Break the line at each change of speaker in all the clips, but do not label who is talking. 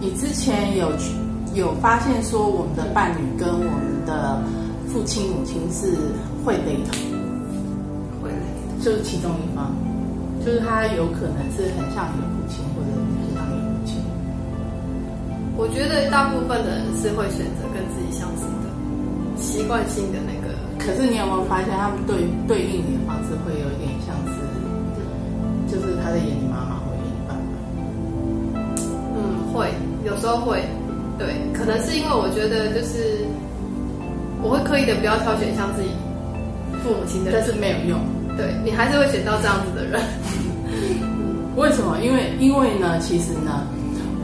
你之前有去有发现说我们的伴侣跟我们的父亲母亲是会雷同，
会累。
就是其中一方，就是他有可能是很像你的父亲，或者你很像你的母亲。
我觉得大部分的人是会选择跟自己相似的习惯性的那个，
可是你有没有发现他们对对应你的方式会有一点像是，就是他在演你妈妈或演你爸爸，
嗯，会有时候会，对，可能是因为我觉得就是我会刻意的不要挑选像自己父母亲的
但
人，
是没有用。
对你还是会选到这样子的人，
为什么？因为因为呢，其实呢，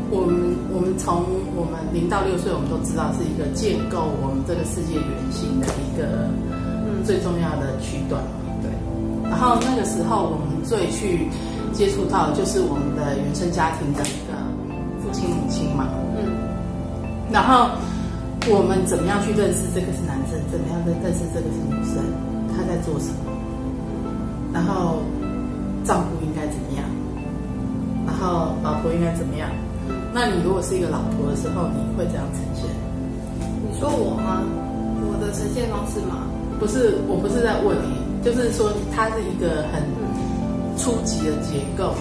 我们我们从我们零到六岁，我们都知道是一个建构我们这个世界原型的一个
嗯，
最重要的区段。
对，
然后那个时候，我们最去接触到的就是我们的原生家庭的一个父亲母亲嘛。
嗯，
然后我们怎么样去认识这个是男生，怎么样认认识这个是女生，他在做什么，然后丈夫应该怎么样，然后老婆应该怎么样。那你如果是一个老婆的时候，你会怎样呈现？
你说我吗？我的呈现方式吗？
不是，我不是在问你，就是说它是一个很初级的结构，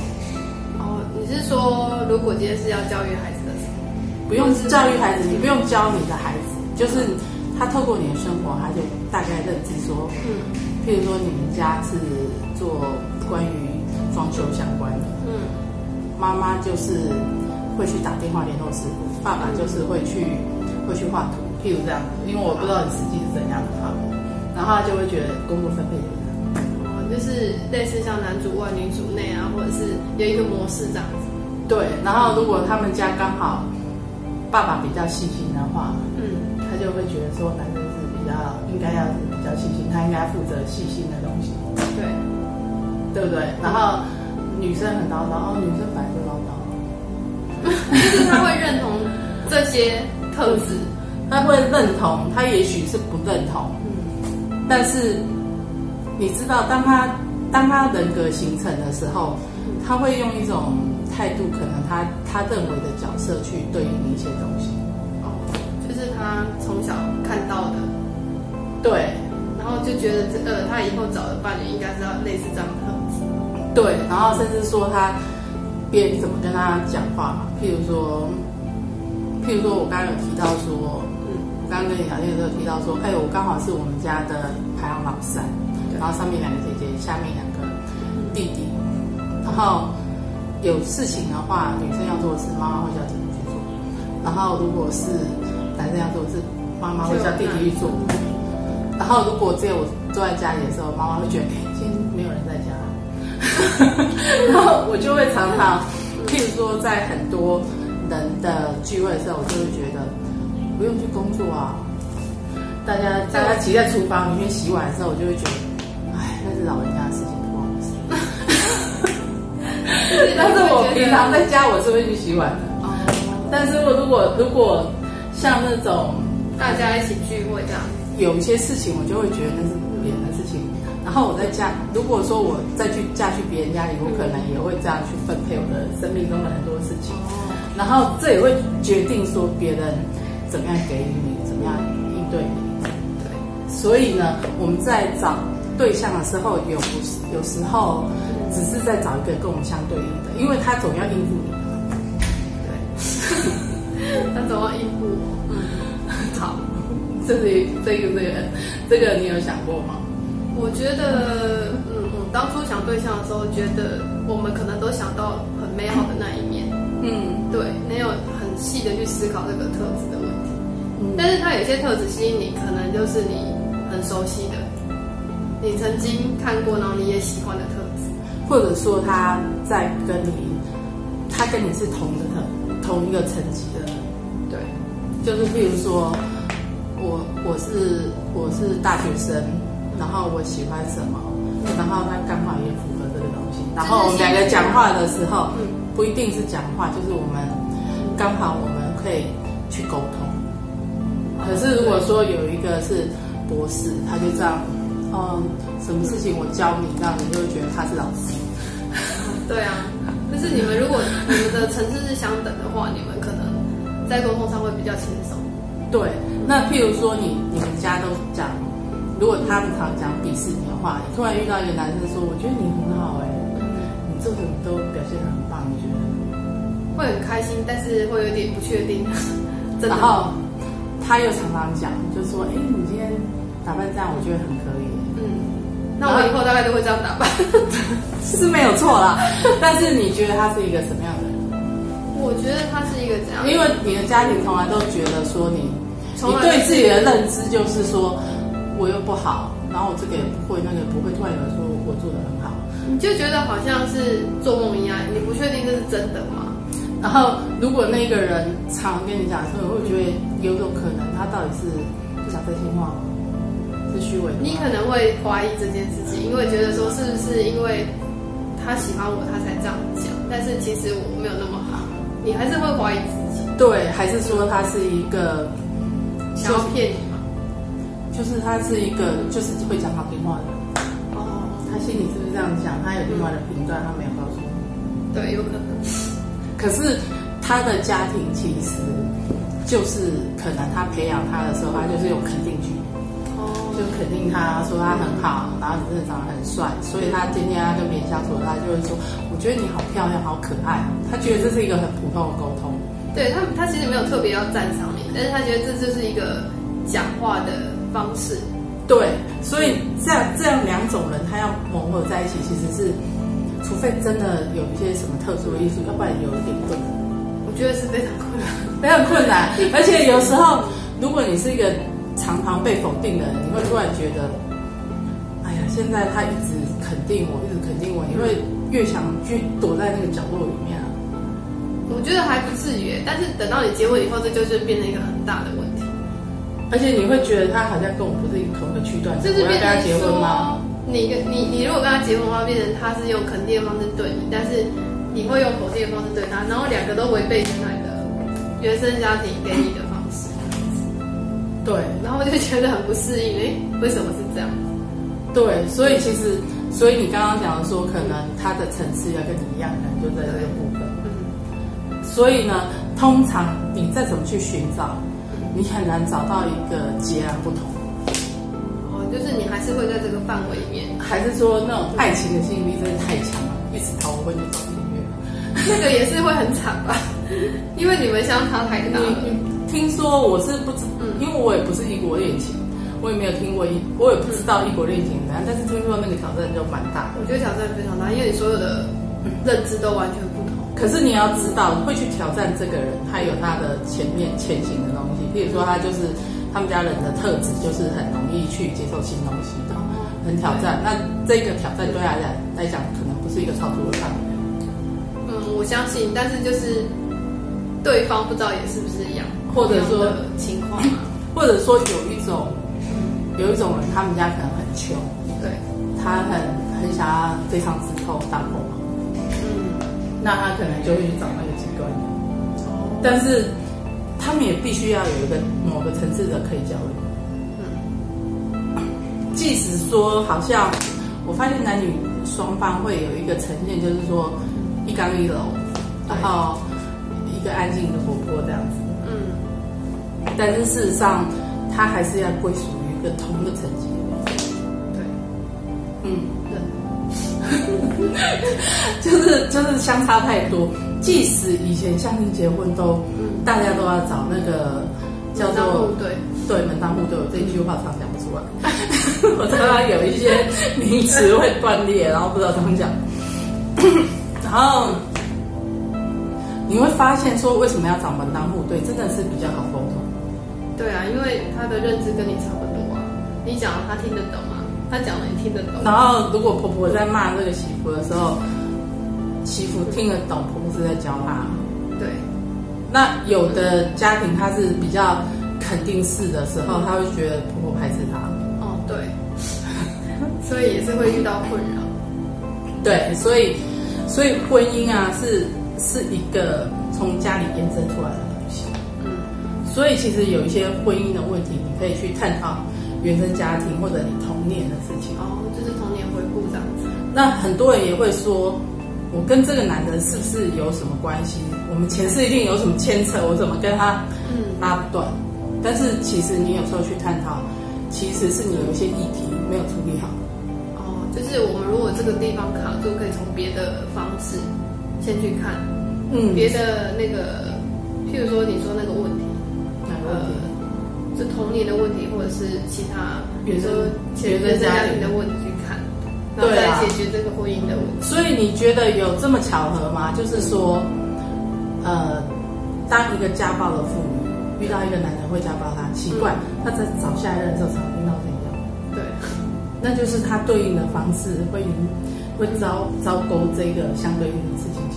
哦，你是说如果今天是要教育孩子的时候，
不用教育孩子，你不用教你的孩子，就是他透过你的生活，他就大概认知说
嗯
譬如说你们家是做关于装修相关的，
嗯
妈妈就是会去打电话联络师傅，爸爸就是会去会去画图，譬如这样，因为我不知道你实际是怎样的哈，然后他就会觉得工作分配怎么样，
哦，就是类似像男主外女主内啊，或者是有一个模式这样子，
对，然后如果他们家刚好爸爸比较细心的话，
嗯
他就会觉得说男生是比较应该要是比较细心，他应该负责细心的东西，
对，
对不对？然后女生很唠叨，哦，女生本来就唠叨。
就是他会认同这些特质，
他会认同，他也许是不认同，
嗯
但是你知道，当他当他人格形成的时候，他会用一种态度，可能他他认为的角色去对应一些东西。
哦，就是他从小看到的，
对
然后就觉得这呃，他以后找的伴侣应该是要类似这样的特质，
对，然后甚至说他别人怎么跟他讲话嘛，譬如说，譬如说我刚刚有提到说，
嗯
刚刚跟你聊天的时候有提到说，哎，我刚好是我们家的排行老三，
对
然后上面两个姐姐，下面两个弟弟。然后有事情的话，女生要做的事，妈妈会叫姐姐去做；然后如果是男生要做的事，妈妈会叫弟弟去做。然后如果只有我坐在家里的时候，妈妈会觉得，哎，今天没有人在家。 然后我就会常常，譬如说在很多人的聚会的时候，我就会觉得不用去工作啊。大家大家挤在厨房里面洗碗的时候，我就会觉得，哎，那是老人家的事情，不关我的事。 但是我平常在家我是会去洗碗的，
哦，
但是我如果如果像那种
大家一起聚会这样，
有一些事情，我就会觉得那是别人的事情。然后我在家，如果说我再去嫁去别人家里，我可能也会这样去分配我的生命中的很多事情。
哦，
然后这也会决定说别人怎么样给予你，怎么样应对你。
对，
所以呢，我们在找对象的时候，有不是有时候只是在找一个跟我们相对应的，因为他总要应付你。
对， 他总要应付我，嗯，好。
这是这个这个这个，你有想过吗？
我觉得，嗯，我当初想对象的时候，觉得我们可能都想到很美好的那一面，
嗯，
对，没有很细的去思考这个特质的问题。
但
但是它有些特质吸引你，可能就是你很熟悉的，你曾经看过，然后你也喜欢的特质。
或者说他在跟你，他跟你是同一个同一个层级的，
对，
就是譬如说，我我是我是大学生，然后我喜欢什么，然后他刚好也符合这个东西，然后我们两个讲话的时候，
嗯
不一定是讲话，就是我们刚好我们可以去沟通。可是如果说有一个是博士，他就这样，嗯，什么事情我教你，让你就会觉得他是老师。
对啊，就是你们如果你们的层次是相等的话，你们可能在沟通上会比较轻松。
对，那譬如说你你们家都讲，如果他们常讲鄙视你的话，你突然遇到一个男生说，我觉得你很好哎、你做什么都表现得很棒，你觉得？
会很开心，但是会有点不确定。 真的
然，后他又常常讲，就说，哎，你今天打扮这样，我觉得很可以、
嗯，那我以后大概都会这样打扮。
是没有错啦。 但是你觉得他是一个什么样的人？
我觉得他是一个这样，
因为你的家庭从来都觉得说你，
从
你
来
对自己的认知就是说，我又不好，然后我这个也不会，那个也不会，突然有人说我做的很好，
你就觉得好像是做梦一样，你不确定这是真的吗？
然后如果那个人常跟你讲的时候，我会觉得有种可能他到底是讲真心话吗？是虚伪的吗？
你可能会怀疑这件事情，因为觉得说是不是因为他喜欢我，他才这样讲，但是其实我没有那么好，你还是会怀疑自己，
对，还是说他是一个，
想要骗你嘛？
就是他是一个就是会讲好听话的人，
哦，
他心里是不是这样想？他有另外的评断，他没有告诉你。
对，有可能，
可是他的家庭其实就是可能他培养他的时候，他就是有肯定句，就
哦，
肯定他说他很好，然后你真的长得很帅，所以他今天他跟别人相处，他就会说，我觉得你好漂亮，好可爱。他觉得这是一个很普通的沟通，
对他，他其实没有特别要赞赏你，但是他觉得这就是一个讲话的方式，
对，所以这样这样两种人，他要融合在一起，其实是。除非真的有一些什么特殊的艺术，要不然有一点困难。
我觉得是非常困难。
非常困难，而且有时候，如果你是一个常常被否定的人，你会突然觉得，哎呀，现在他一直肯定我，一直肯定我，你会越想去躲在那个角落里面啊。
我觉得还不至于，但是等到你结婚以后，这就是变成一个很大的问题，
而且你会觉得他好像跟我不是同一个区段，我
就是
要
变
跟他
成
结婚吗？
说，你跟你你如果跟他结婚的话，变成他是用肯定的方式对你，但是你会用否定的方式对他，然后两个都违背原来的原生家庭给你的方式，
对
然后我就觉得很不适应，哎，为什么是这样？
对，所以其实，所以你刚刚讲的说，可能他的层次要跟你一样，可能就在这个部分。
嗯，
所以呢，通常你再怎么去寻找，你很难找到一个截然不同。
哦，就是你还是会在这个范围里面，
还是说那种爱情的吸引力真的太强了，一直逃婚就找音乐。
那个也是会很惨吧，因为你们相差太大了，
你听说我是不知，
嗯
因为我也不是异国恋情，我也没有听过异，我也不知道异国恋情怎样，但是听说那个挑战就蛮大的。
我觉得挑战非常大，因为你所有的认知都完全不同。
可是你要知道，会去挑战这个人，他有他的前面前行的东西，比如说他就是他们家人的特质，就是很容易去接受新东西的，很挑战。那这个挑战对他来来讲，可能不是一个超出的范围。
嗯，我相信，但是就是对方不知道也是不是一样，
或者说
一样的情 况啊，
或者说有一种有一种人，他们家可能很穷，
对，
他很很想要非常直透当头嘛，
嗯，
那他可能就会去找那个极端的，
哦，
但是他们也必须要有一个某个层次的可以交流，
嗯，
即使说好像我发现男女双方会有一个呈现，就是说一刚一柔，然后一个安静一个活泼这样子，
嗯，
但是事实上他还是要归属于一个同一个层级的，
对，
嗯。
对，
就是就是相差太多。即使以前相亲结婚都，
嗯
大家都要找那个叫
门当户
做
对，
对门当户对，我这一句话常讲不出来， 我常常有一些名词会断裂，然后不知道怎么讲。然后你会发现说，为什么要找门当户对，真的是比较好沟通。
对啊，因为他的认知跟你差不多啊，你讲的他听得懂啊，他讲的你听得懂，
然后如果婆婆在骂这个媳妇的时候，媳妇听得懂婆婆是在教她。
对，
那有的家庭他是比较肯定式的时候，他会觉得婆婆排斥他。
哦，对， 所以也是会遇到困扰，
对，所以所以婚姻啊是是一个从家里延伸出来的东西。
嗯，
所以其实有一些婚姻的问题，你可以去探讨原生家庭或者你童年的事情。
哦，就是童年回顾这样子，
那很多人也会说，我跟这个男人是不是有什么关系？我我们前世一定有什么牵扯，我怎么跟他
嗯
拉不断。但是其实你有时候去探讨，其实是你有一些议题没有处理好。
哦，就是我们如果这个地方卡住，可以从别的方式先去看
嗯，
别的那个，譬如说你说那个问题，
哪个问
呃
题？，
就童年的问题，或者是其他，比如说
原
原
生
生
家
家
庭
庭的问题去看，然后
对
再
啊
解决这个婚姻的问题。
所以你觉得有这么巧合吗？就是说，呃，当一个家暴的妇女遇到一个男人会家暴她，奇怪，她在找下一任的时候常遇到怎样？
对，
那就是她对应的方式会引会招招勾这个相对应的事情进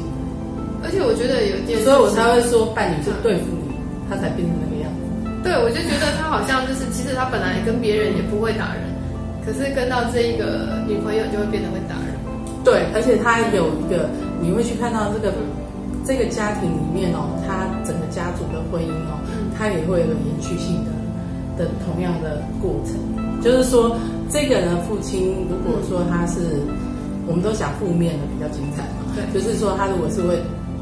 而且我觉得有一件
来，
事情，
所以我才会说伴侣是对付你，她才变成那个样子。
对，我就觉得他好像就是，其实他本来跟别人也不会打人，可是跟到这一个女朋友就会变得会打人。
对，而且她有一个，你会去看到这个这个家庭里面哦，他整个家族的婚姻哦，他也会有个延续性的的同样的过程。就是说，这个人的父亲，如果说他是，我们都想负面的比较精彩嘛，
对
就是说他如果是会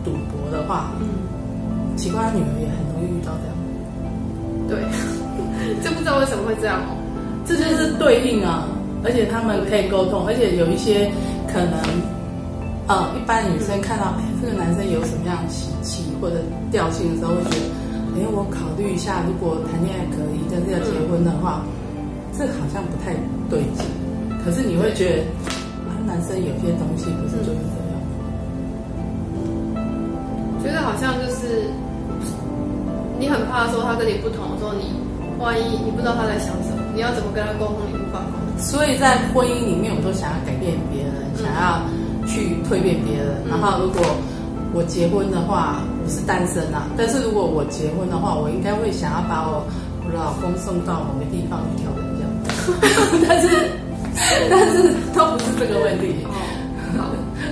赌博的话，奇怪，他女儿也很容易遇到这样，
对， 就不知道为什么会这样哦。
这就是对应啊，而且他们可以沟通，而且有一些可能。呃，一般女生看到哎这个男生有什么样的习气或者调性的时候，会觉得，哎，我考虑一下，如果谈恋爱可以，但是要结婚的话，这好像不太对劲。可是你会觉得，啊，男生有些东西不是就是这样，
觉得好像就是你很怕说他跟你不同的时候，你万一你不知道他在想什么，你要怎么跟他沟通，你无法沟通。
所以在婚姻里面，我们都想要改变别人，想要去蜕变别人。然后，如果我结婚的话，我是单身啊，但是如果我结婚的话，我应该会想要把我我老公送到某个地方去调整一下。但是，但是都不是这个问题。
哦，好，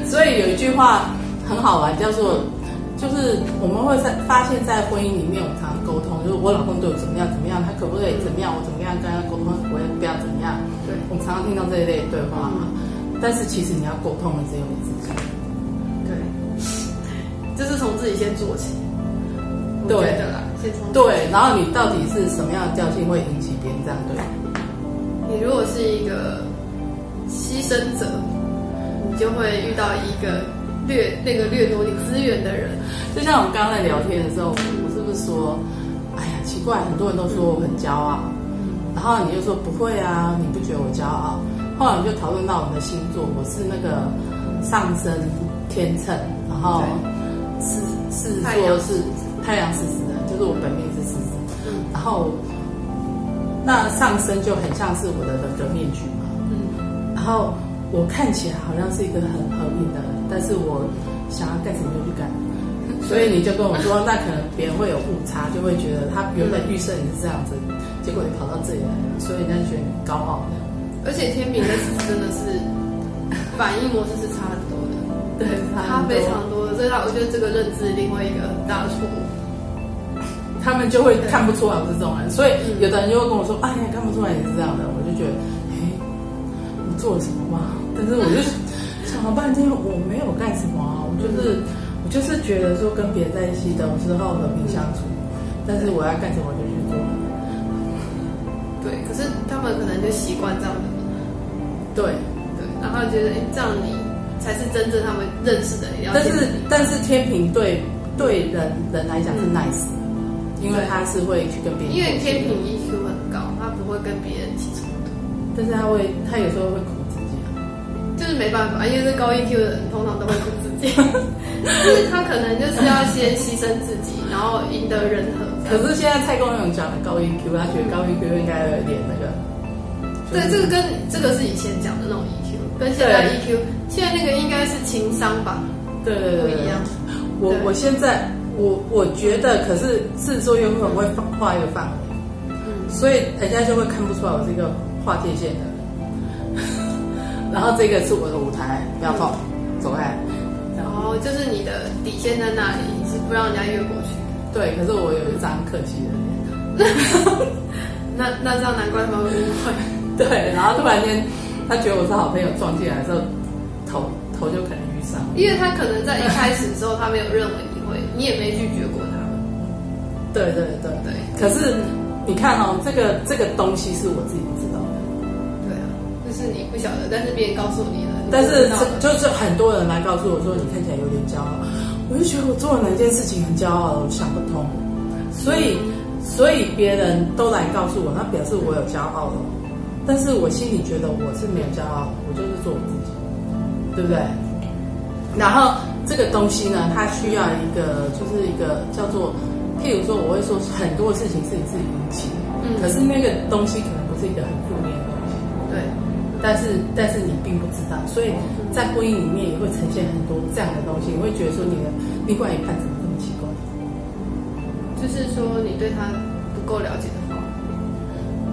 所以有一句话很好玩，叫做就是我们会在发现，在婚姻里面，我们常常沟通，就是我老公对我怎么样怎么样，他可不可以怎么样，我怎么样跟他沟通，我要不要怎么样。
对，
我们常常听到这一类的对话嘛，但是其实你要沟通的只有你自己。
对，就是从自己先做起，我
对
觉得啦，先从自己
对，然后你到底是什么样的调性会引起别人这样对你？
你如果是一个牺牲者，你就会遇到一个掠那个掠夺你资源的人。
就像我们刚刚在聊天的时候，我是不是说，哎呀，奇怪，很多人都说我很骄傲，然后你就说不会啊，你不觉得我骄傲？后来我们就讨论到我们的星座，我是那个上升天秤，然后狮狮子
太阳
座是太阳狮子人，就是我本命是狮子，
嗯
然后那上身就很像是我的那个面具嘛，
嗯，
然后我看起来好像是一个很和平的人，但是我想要干什么就去干。所以你就跟我说，那可能别人会有误差，就会觉得他原本预设你是这样子，结果你跑到这里来了，所以人家就觉得你高傲这样。
而且天平的狮子真的是反应模式是差很多的，
对，
差非常多的，所以他我觉得这个认知另外一个很大的错误。
他们就会看不出来我是这种人，所以
嗯
有的人就会跟我说：“哎呀，看不出来你是这样的。”我就觉得，哎，我做了什么吗？但是我就想啊了半天，我没有干什么啊，我就是
嗯
我就是觉得说跟别人在一起的时候和平相处，但是我要干什么我就去做。
对，可是他们可能就习惯这样的，
对，
对，然后觉得哎，这样你才是真正他们认识的，了
但
解
是
的你
但是天平对对人人来讲是 nice，的、因为
嗯对
他是会去跟别人，
因为天平，EQ 很高，他不会跟别人起冲突。
但是他会他有时候会苦自己啊。
就是没办法，因为是高 EQ 的人通常都会苦自己，就是他可能就是要先牺牲自己，然后赢得人和。
可是现在蔡公勇讲的高 EQ，他觉得高 EQ 应该有点那个。
对，这个跟这个是以前讲的那种 EQ，跟现在
对
EQ，现在那个应该是情商吧，
对对对
不
对
一样。
我
对
我现在我我觉得，可是制作又很会放画一个范围，
嗯，
所以人家就会看不出来我是一个划界线的人。 然后这个是我的舞台，不要动，走开。然
然
后
后就是你的底线在那里，你是不让人家越 过去。
对，可是我有一张可惜的脸。
那那这样难怪他们会误会。
对，然后突然间他觉得我是好朋友撞进来之后，头头就可能淤伤。
因为他可能在一开始的时候，他没有认为你会，你也没拒绝过他们，
对对对
对
可是你看哦，这个这个东西是我自己知道的，
对啊，就是你不晓得，但是别人告诉你了，你
但
就知
是
道了
这就是很多人来告诉我说你看起来有点骄傲，我就觉得我做了哪件事情很骄傲，我想不通，所以所以别人都来告诉我，那表示我有骄傲了，但是我心里觉得我是没有骄傲，我就是做我自己，对不对？然后这个东西呢，它需要一个就是一个叫做，譬如说我会说很多事情是你自己引起的，
嗯
可是那个东西可能不是一个很负面的东西。
对，
但是但是你并不知道，所以在婚姻里面也会呈现很多这样的东西，你会觉得说你的另外一半怎么这么奇怪？
就是说你对他不够了解的话，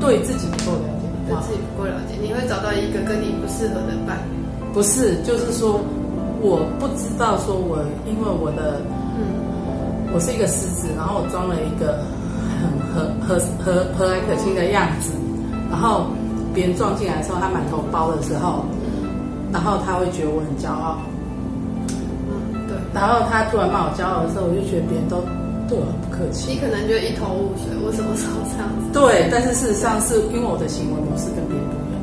对自己不够了解
对
的话
自，己不够了解，你会找到一个跟你不适合的伴侣，
不是，就是说我不知道说我因为我的
嗯，
我是一个狮子，然后我装了一个很和和和和蔼可亲的样子，然后别人撞进来的时候，他满头包的时候，然后他会觉得我很骄傲，
嗯，对。
然后他突然骂我骄傲的时候，我就觉得别人都对我很不客气
你。可能就一头雾水，我什么时候这样子？
对，但是事实上是因为我的行为模式跟别人不一样。
嗯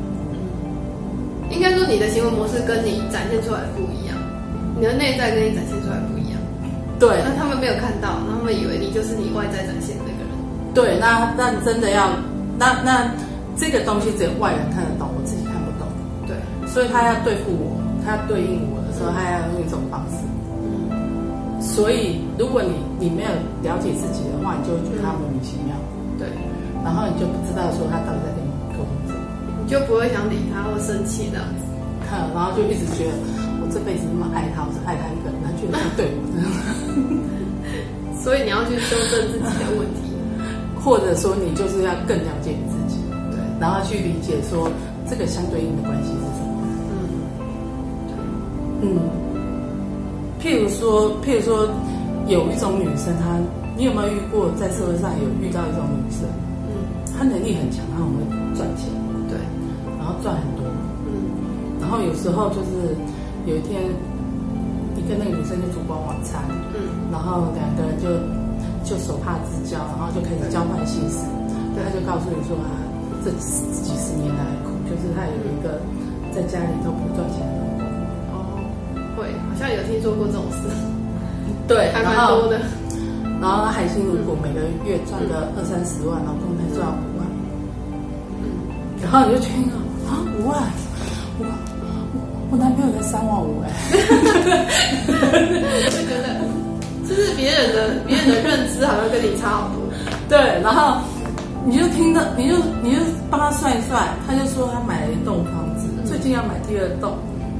应该说你的行为模式跟你展现出来不一样，你的内在跟你展现出来不一样。
对
那他们没有看到，那他们以为你就是你外在展现的那个人。
对，那那真的要，那那这个东西只有外人看得懂，我自己看不懂，
对，
所以他要对付我，他要对应我的时候，他要用一种方式。
嗯，
所以如果你你没有了解自己的话，你就会觉得他莫名其妙，
对，
然后你就不知道说他到底在跟你沟通什么，
你就不会想理他或生气这样子。
看，然后就一直觉得我这辈子那么爱他，我是爱他一个人，他居然是对我的。
所以你要去修正自己的问题。
或者说你就是要更了解你自己，
对，
然后去理解说这个相对应的关系是什么。
嗯，
嗯，譬如说，譬如说，有一种女生，她你有没有遇过？在社会上有遇到一种女生，
嗯，
她能力很强，她很会赚钱，
对，
然后赚很多，
嗯，
然后有时候就是有一天，你跟那个女生就烛光晚餐，
嗯，
然后两个人就就手帕之交，然后就开始交换心思。对，他就告诉你说啊，这几几十年来的苦，就是他有一个在家里都不赚钱的老公。
哦，会，好像有听说过这种事，
对
还
然
蛮
后
多的。
然后他含辛茹苦，每个月赚个二三十万，老公才赚五万，
嗯，
然后你就听到啊五万，我我我男朋友才三万五哎、
我就觉得，就是别人的别人的认知好像跟你差好多。
对，然后你就听到，你就你就帮他算一算，他就说他买了一栋房子，最近要买第二栋，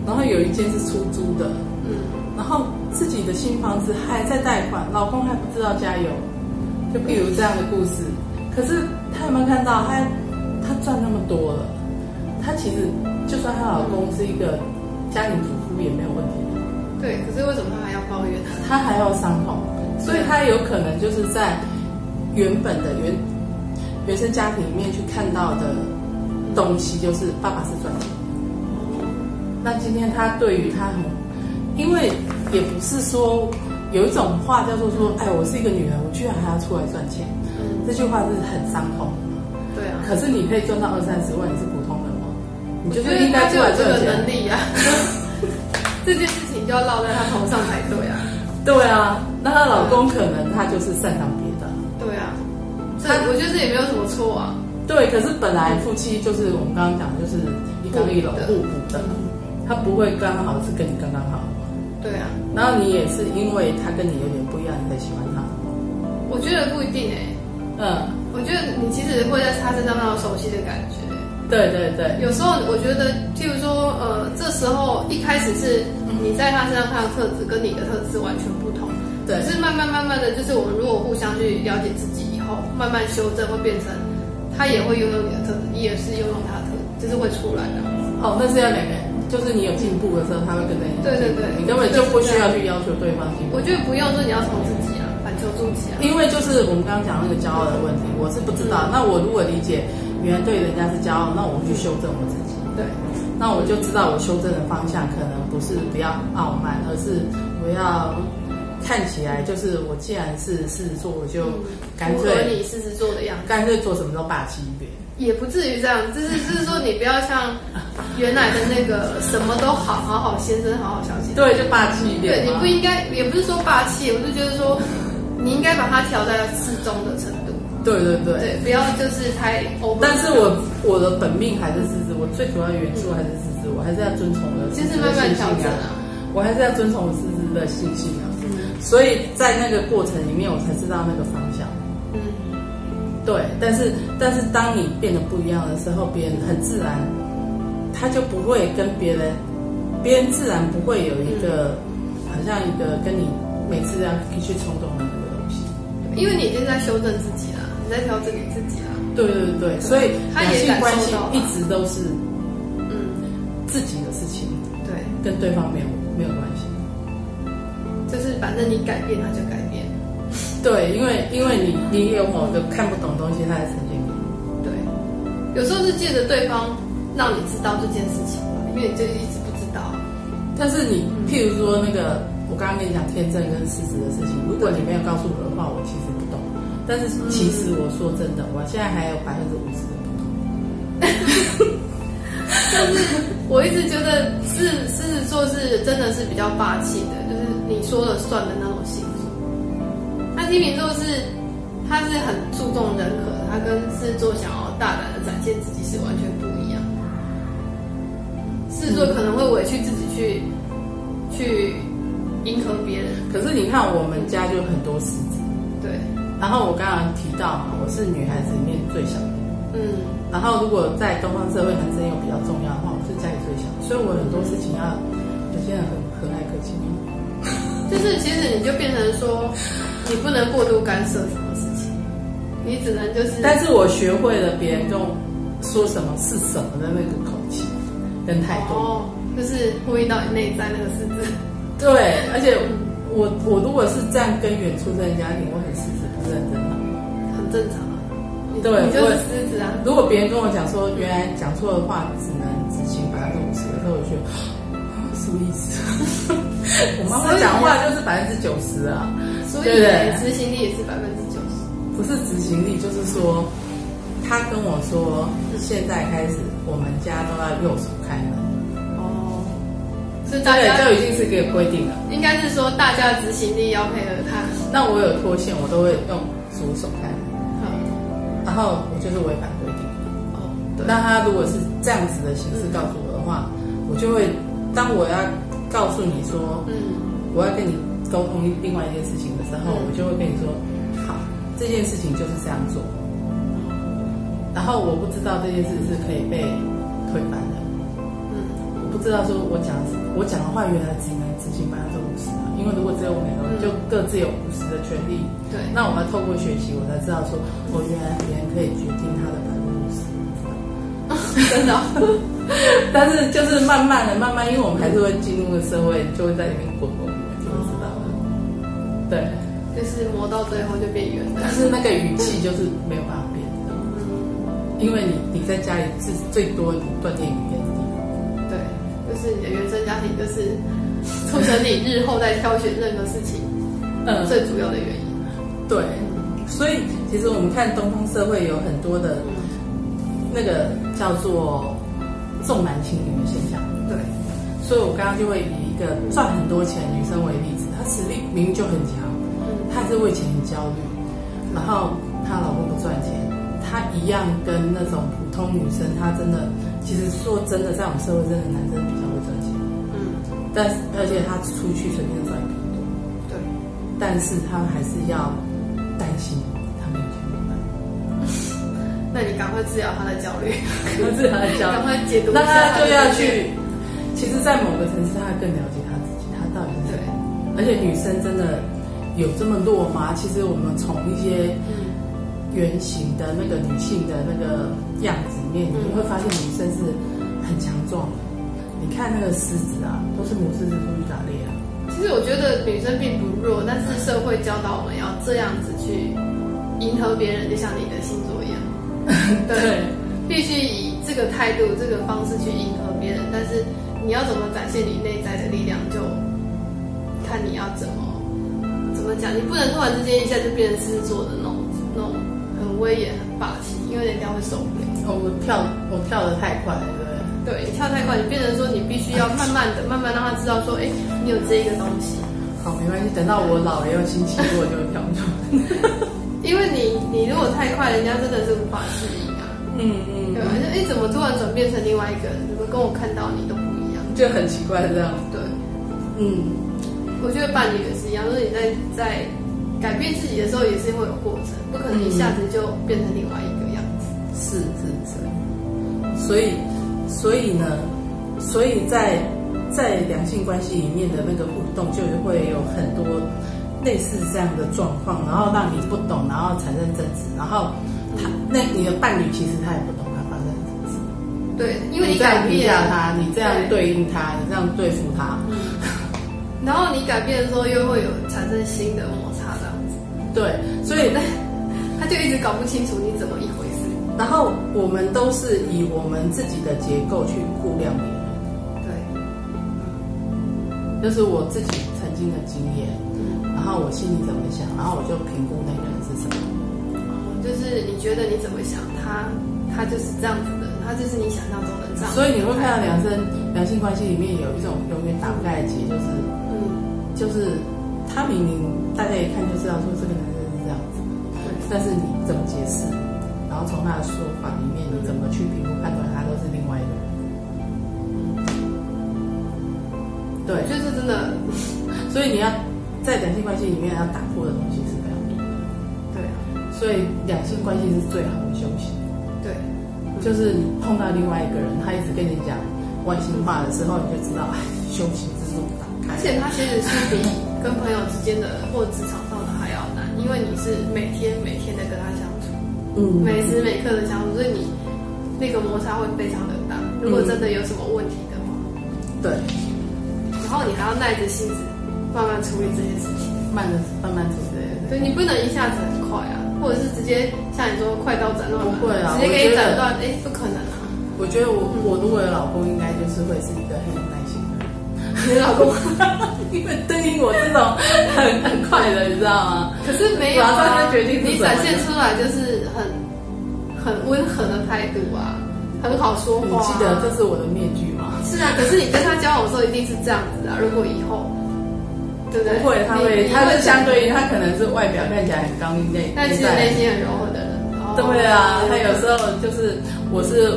然后有一间是出租的，
嗯，
然后自己的新房子还在贷款，老公还不知道加油，就比如这样的故事。可是他有没有看到他他赚那么多了，他其实就算她老公是一个家庭主妇也没有问题的。
对，可是为什么他还要抱怨呢？
他还要伤痛，所以他有可能就是在原本的原原生家庭里面去看到的东西，就是爸爸是赚钱的。那今天他对于他很，因为也不是说有一种话叫做说，哎，我是一个女人，我居然还要出来赚钱，
嗯，
这句话是很伤痛的嘛。
对啊。
可是你可以赚到二三十万，你是普通人吗？你就
我觉
是
得
应
他
该
就
出
有
来
这
赚
个能
钱。
力啊，这件事情就要落在他头上才对啊，
对啊，那她老公可能他就是擅长别的。
对啊，这
他
我觉得这也没有什么错啊，
对，可是本来夫妻就是我们刚刚讲，就是一刚一柔互补的，嗯他不会刚好是跟你刚刚好，
对啊，
然后你也是因为他跟你有点不一样，你才喜欢他。
我觉得不一定哎、
嗯，
我觉得你其实会在他身上看到熟悉的感觉、
对对对，
有时候我觉得，譬如说，呃，这时候一开始是你在他身上看到特质跟你的特质完全不同，
对
可是慢慢慢慢的就是我们如果互相去了解自己以后，慢慢修正会变成他也会拥有你的特质，你也是拥有他的特质，就是会出来的。
哦，那是要两个人，就是你有进步的时候，他会跟着你。
对对对
你根本就不需要去要求对方进步
我。觉得不用说你要从自己啊，反求诸己啊。
因为就是嗯我们刚刚讲那个骄傲的问题，我是不知道。那我如果理解原来对人家是骄傲，那我去修正我自己。
对，
那我就知道我修正的方向可能不是不要傲慢，而是我要看起来就是我既然是狮子座，我就干
嗯符合
脆
你狮子座的样子，
干脆做什么都霸气一点。
也不至于这样，就是就是说你不要像原来的那个什么都好好好先生好好小姐，
对，就霸气一点
对，你
嘛。
不应该，也不是说霸气，我就觉得说你应该把它调在适中的程度，
对对对。
对，不要就是太 over。
但是我我的本命还是狮子，我最主要的元素还是狮子，我还是要遵从我的
就
狮子
是慢
的
慢
性
调整
性啊，
啊，
我还是要遵从我狮子的性性啊。所以在那个过程里面，我才知道那个方向。
嗯，
对，但是但是当你变得不一样的时候，别人很自然，他就不会跟别人，别人自然不会有一个、
嗯
好像一个跟你每次要去冲动的那个东西。
因为你已经在修正自己了，你在调整你自己了，
对对对，所以
他
两
也
性
感
关
受
系
到了
一直都是
嗯，
自己的事情，
对，
跟对方没有没有关系。
就是反正你改变它就改变，
对，因为因为你你有某个看不懂东西，他在呈现给你。
对，有时候是借着对方让你知道这件事情嘛，因为你就一直不知道，
但是你譬如说那个，我刚刚跟你讲天正跟狮子的事情，如果你没有告诉我的话，我其实不懂。但是其实我说真的，我现在还有百分之五十的不懂。
我一直觉得狮狮子座是真的是比较霸气的，就是你说了算的那种性格。那天秤座是，他是很注重人和，他跟狮子座想要大胆的展现自己是完全不一样的。狮子座可能会委屈自己去去迎合别人，
可是你看我们家就很多狮子，
对，
然后我刚刚提到嘛，我是女孩子里面最小的。
嗯，
然后如果在东方社会，男生又比较重要的话，我是家里最小，所以我很多事情要，有些人很和蔼可亲。
就是其实你就变成说，你不能过度干涉什么事情，你只能就是，
但是我学会了别人跟我说什么是什么的那个口气跟态度。
哦，就是呼应到你内在那个狮子。
对，而且我我如果是这样跟远处这个家庭，我很狮子不认真嘛。
很正常啊。你
对
你就
我
是狮子啊。
如果别人跟我讲说原来讲错的话只能执行百分之五十的时候，我就觉得啊什么意思？我妈妈讲话就是百分之九十啊，
所以
对不对
执行力也是百分之九十。
不是执行力，就是说她跟我说现在开始我们家都要右手开门，
哦，是大
对，
家
就已经是一个规定了。
应该是说大家执行力要配合他。
那我有脱线，我都会用左手开门，
嗯
然后我就是违反规定。
哦，对，
那他如果是这样子的形式告诉我的话，我就会，当我要告诉你说
嗯，
我要跟你沟通另外一件事情的时候，
嗯
我就会跟你说，好，这件事情就是这样做。然后我不知道这件事是可以被推翻的，
嗯，
我不知道说我讲我讲的话原来只能执行百分之五十，因为如果只有我们两个人
嗯
就各自有五十的权利，
对，
那我要透过学习，我才知道说，我原来别人可以决定他的百分之五十。
真的哦。
但是就是慢慢的，慢慢，因为我们还是会进入个社会，就会在里面滚滚滚，就知道了。对，
就是磨到最后就变圆
但。
的
是那个语气就是没有办法变的，
嗯，
因为你你在家里是最多你锻炼语言的地方。
对，就是你的原生家庭就是促成你日后在挑选任何事情
嗯，
最主要的原因。
对，所以其实我们看东方社会有很多的
嗯
那个叫做重男轻女的现象，
对，
所以我刚刚就会以一个赚很多钱的女生为例子，她实力明明就很强，
嗯，
她还是为钱很焦虑，然后她老公不赚钱，她一样跟那种普通女生，她真的其实说真的，在我们社会真的男生比较会赚钱，
嗯，
但是而且她出去随便赚比较多，
对。
但是她还是要担心她没有钱怎么办，
那你赶快治疗他的焦虑，
可是她焦
赶
虑，
快解读一
那她
下他
就
的
要
焦虑。
去，其实，在某个城市，她更了解她自己，她到底是
对
谁。，而且女生真的有这么弱吗？其实我们从一些
嗯，
原型的那个女性的那个样子里面，
嗯
你会发现女生是很强壮的。你看那个狮子啊，都是母狮子出去打猎啊。
其实我觉得女生并不弱，但是社会教导我们要这样子去迎合别人，就像你的星座一样，对，必须以这个态度、这个方式去迎合别人。但是你要怎么展现你内在的力量，就看你要怎么怎么讲，你不能突然之间一下就变成狮子座的那种那种很威严、很霸气，因为人家会受不了。
哦，我跳我跳得太快了，对不对？
对，你跳太快，你变成说你必须要慢慢的、慢慢让他知道说，哎、你有这一个东西，
好，没关系，等到我老了要星期六我就跳不出来。
因为你你如果太快，人家真的是无法适应啊，
嗯嗯，
对吧？就哎、怎么突然转变成另外一个人？怎么跟我看到你都不一样？
就很奇怪这样。
对，
嗯，
我觉得伴侣也是一样，就是你在在改变自己的时候，也是会有过程，不可能一下子就变成另外一个样子。
是是是。所以所以呢，所以在在两性关系里面的那个互动，就会有很多类似这样的状况，然后让你不懂，然后产生争执，然后他那你的伴侣其实他也不懂他发生什么事，
对，因为
你
你
这样
改
评
变嗯
价他，你这样对应他，你这样对付他，
然后你改变的时候，又会有产生新的摩擦这样子，
对，所以
那他就一直搞不清楚你怎么一回事。
然后我们都是以我们自己的结构去估量别人。
对，
就是我自己曾经的经验，然后我心里怎么想，然后我就评估那个人是什么。
哦就是你觉得你怎么想他，他就是这样子的，他就是你想象中的这样。
所以你会看到两生两性关系里面有一种永远打不开的结，就是
嗯，
就是他明明大家一看就知道说这个男生是这样子，
对，
但是你怎么解释，然后从他的说法里面你怎么去评估判断他都是另外一个人。对
我，觉得这真的，
所以你要在两性关系里面要打破的东西是非常多，
对啊，
所以两性关系是最好的修行。
对，
就是你碰到另外一个人，他一直跟你讲外星话的时候，你就知道，哎，修行之路打开。
而且它其实是比跟朋友之间的或职场上的还要难，因为你是每天每天的跟他相处，
嗯
每时每刻的相处，所以你那个摩擦会非常的大。如
嗯
果真的有什么问题的话，
对，
然后你还要耐着性子慢慢处理这些事情。
慢的慢慢走的。
对你不能一下子很快啊，或者是直接像你说快刀斩乱麻，
不会啊
直接给
我觉得
你斩断，哎，不可能啊！
我觉得我我如果有老公，应该就是会是一个很有耐心的人，
你的老公，
因为对应我这种很很快的，你知道吗？
可是没有
马上
啊，
就决定是
你
什么
展现出来就是很很温和的态度啊，很好说
你
话、啊。
记得这是我的面具吗？
是啊，可是你跟他交往的时候一定是这样子啊。如果以后，对不对？
不会，他
你
会，
你
他是相对于他可能是外表看起来很刚硬内，
但其实
内在
内心很柔和的人。哦
对啊，他有时候就是我是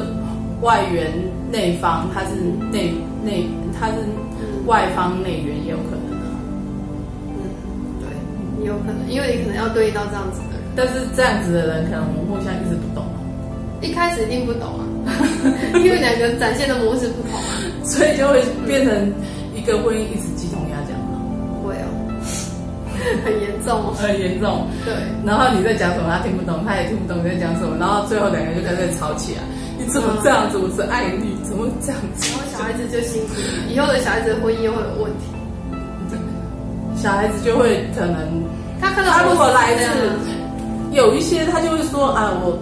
外圆内方，他是内内他是外方内圆也有可能啊。
嗯，对，有可能，因为你可能要对应到这样子的人，
但是这样子的人，可能我们互相一直不懂啊，
一开始一定不懂啊， 因为两个人展现的模式不同啊。
所以就会变成一个婚姻一直鸡同鸭讲啊，
会哦， 很严重哦。
很严重。
对，
然后你在讲什么，他听不懂，他也听不懂你在讲什么，然后最后两个人就干脆吵起来。你怎么这样子？我是爱你，怎么这样子
然？后小孩子就辛苦了，以后的小孩子的婚姻又会有问题。
小孩子就会可能
他看到
他如果来自
自，
有一些他就会说啊，我，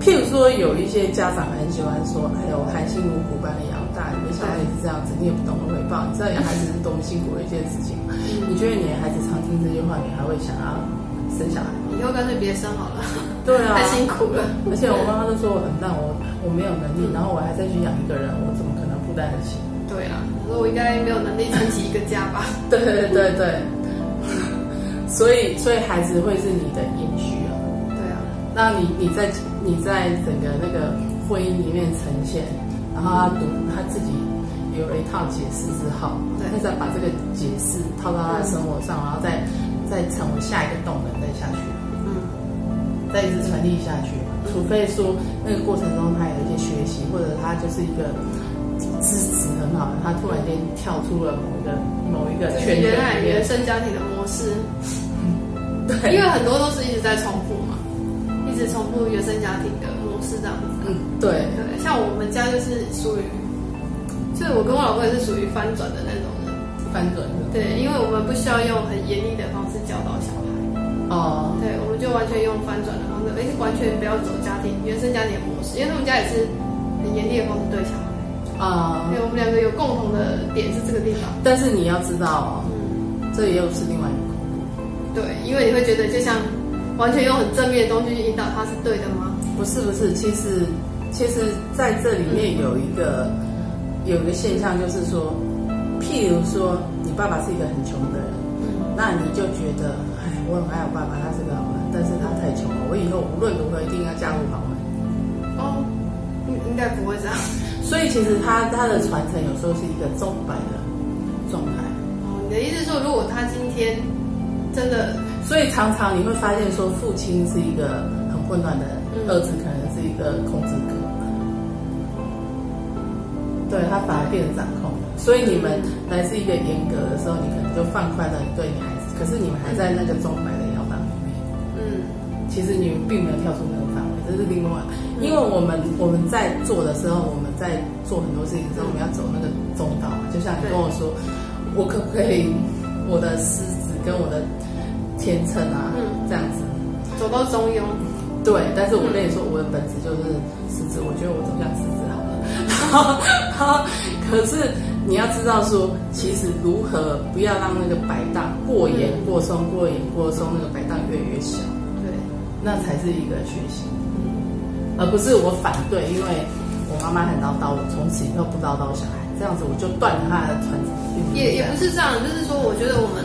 譬如说有一些家长很喜欢说，哎呦，含辛茹苦把你养大，你的小孩子这样子，你也不懂得回报，你知道养孩子是多么辛苦的一件事情吗？你觉得你的孩子常听这句话，你还会想要生小孩吗？
以后干脆别生好了，
对啊
太辛苦了。
而且我妈妈都说我很烂，我我没有能力，然后我还再去养一个人，我怎么可能负担得起？
对啊，我说我应该没有能力撑起一个家吧？
对对对对， 所以所以孩子会是你的延续啊。
对啊，
那你你在你在整个那个婚姻里面呈现，然后他读他自己有了一套解释之后，
对
他再把这个解释套到他的生活上，然后再再成为下一个动能再下去，
嗯，
再一直传递下去。除非说那个过程中他有一些学习，或者他就是一个资质很好，他突然间跳出了某一个某一个
就是
圈子
原来
里
原
面，
生家庭的模式，
对，
因为很多都是一直在重复嘛，一直重复原生家庭的模式这样子。
嗯 对，
对，像我们家就是属于，就是我跟我老公也是属于翻转的那种人。
翻转的
对，因为我们不需要用很严厉的方式教导小孩，
哦，
对，我们就完全用翻转的方式，而且完全不要走家庭原生家庭的模式，因为他们家也是很严厉的方式对小孩。
啊、
对，我们两个有共同的点是这个地方。
但是你要知道哦，这又是另外一个
对，因为你会觉得就像完全用很正面的东西去引导他是对的吗？
不是不是，其实其实在这里面有一个、有一个现象，就是说，譬如说你爸爸是一个很穷的人，
嗯，
那你就觉得，哎，我很爱我爸爸，他是个好人，但是他太穷了，我以后无论如何一定要嫁入豪门。
哦，应应该不会这样。
所以其实他他的传承有时候是一个钟摆的状态，
哦，你的意思是说，如果他今天真的，
所以常常你会发现说，父亲是一个很混乱的人，
嗯
儿子可能是一个控制者，对他反而变得掌控了。所以你们来自一个严格的时候，你可能就放宽了你对你孩子，可是你们还在那个钟摆的摇荡里面。
嗯，
其实你并没有跳出那个范围，这是另外。因为我们我们在做的时候，我们在做很多事情的时候，我们要走那个中道嘛。就像你跟我说，我可不可以我的狮子跟我的天秤啊，
嗯
这样子？
走到中庸，
对，但是我跟你说，我的本质就是狮子，我觉得我走向狮子好了。然后，然后， 可是你要知道说，其实如何不要让那个摆荡过严
嗯
过松，过严过松，那个摆荡越来越小。
对，
那才是一个学习，而不是我反对，因为我妈妈很唠叨，我从此以后不唠叨小孩，这样子我就断了她的传承。
也也不是这样，就是说，我觉得我们